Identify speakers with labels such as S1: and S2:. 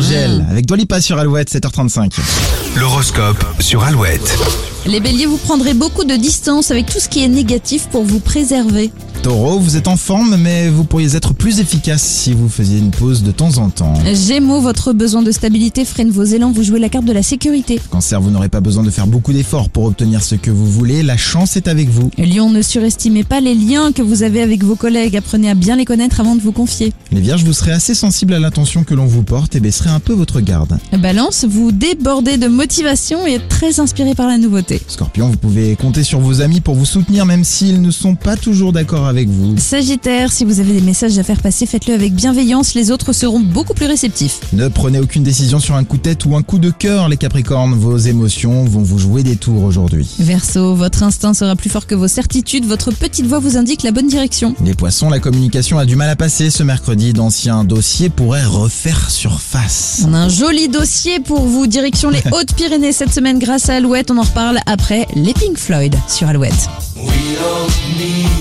S1: Angèle avec Dolipa sur Alouette 7h35.
S2: L'horoscope sur Alouette.
S3: Les béliers, vous prendrez beaucoup de distance avec tout ce qui est négatif pour vous préserver.
S1: Taureau, vous êtes en forme mais vous pourriez être plus efficace si vous faisiez une pause de temps en temps.
S3: Gémeaux, votre besoin de stabilité freine vos élans, vous jouez la carte de la sécurité.
S1: Cancer, vous n'aurez pas besoin de faire beaucoup d'efforts pour obtenir ce que vous voulez, la chance est avec vous.
S3: Lion, ne surestimez pas les liens que vous avez avec vos collègues, apprenez à bien les connaître avant de vous confier.
S1: Les vierges, vous serez assez sensible à l'attention que l'on vous porte et baisserez un peu votre garde.
S3: Balance, vous débordez de motivation et êtes très inspiré par la nouveauté.
S1: Scorpion, vous pouvez compter sur vos amis pour vous soutenir même s'ils ne sont pas toujours d'accord avec vous.
S3: Sagittaire, si vous avez des messages à faire passer, faites-le avec bienveillance, les autres seront beaucoup plus réceptifs.
S1: Ne prenez aucune décision sur un coup de tête ou un coup de cœur, les Capricornes. Vos émotions vont vous jouer des tours aujourd'hui.
S3: Verseau, votre instinct sera plus fort que vos certitudes, votre petite voix vous indique la bonne direction.
S1: Les poissons, la communication a du mal à passer ce mercredi. D'anciens dossiers pourraient refaire surface.
S3: On a un joli dossier pour vous, direction les Hautes-Pyrénées cette semaine grâce à Alouette, on en reparle après les Pink Floyd sur Alouette.
S4: We don't need